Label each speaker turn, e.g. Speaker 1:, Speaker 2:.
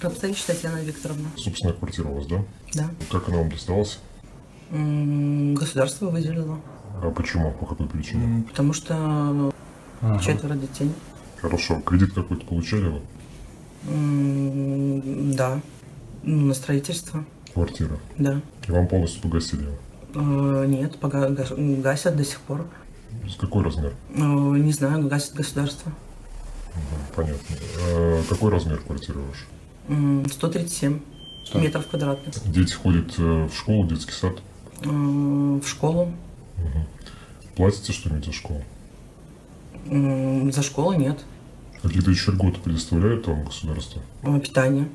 Speaker 1: Капсаич Татьяна Викторовна.
Speaker 2: Собственная квартира у вас, да?
Speaker 1: Да.
Speaker 2: Как она вам доставалась?
Speaker 1: М, Государство выделило.
Speaker 2: А почему? По какой причине?
Speaker 1: Потому что ну, четверо детей.
Speaker 2: Хорошо. Кредит какой-то получали вы?
Speaker 1: М, Да. Ну, На строительство.
Speaker 2: Квартира.
Speaker 1: Да.
Speaker 2: И вам полностью погасили его?
Speaker 1: Э, Нет, пога- гас- гасят до сих пор.
Speaker 2: С какой размер?
Speaker 1: Э, Не знаю, гасит государство.
Speaker 2: Мгм, Понятно. А какой размер квартиры вашей?
Speaker 1: М, 137
Speaker 2: Что?
Speaker 1: метров квадратных.
Speaker 2: Дети ходят э, в школу, в детский сад.
Speaker 1: Э, В школу.
Speaker 2: Платите что-нибудь за школу?
Speaker 1: М, За школу нет.
Speaker 2: Какие-то еще льготы предоставляет вам государство?
Speaker 1: Э, Питание.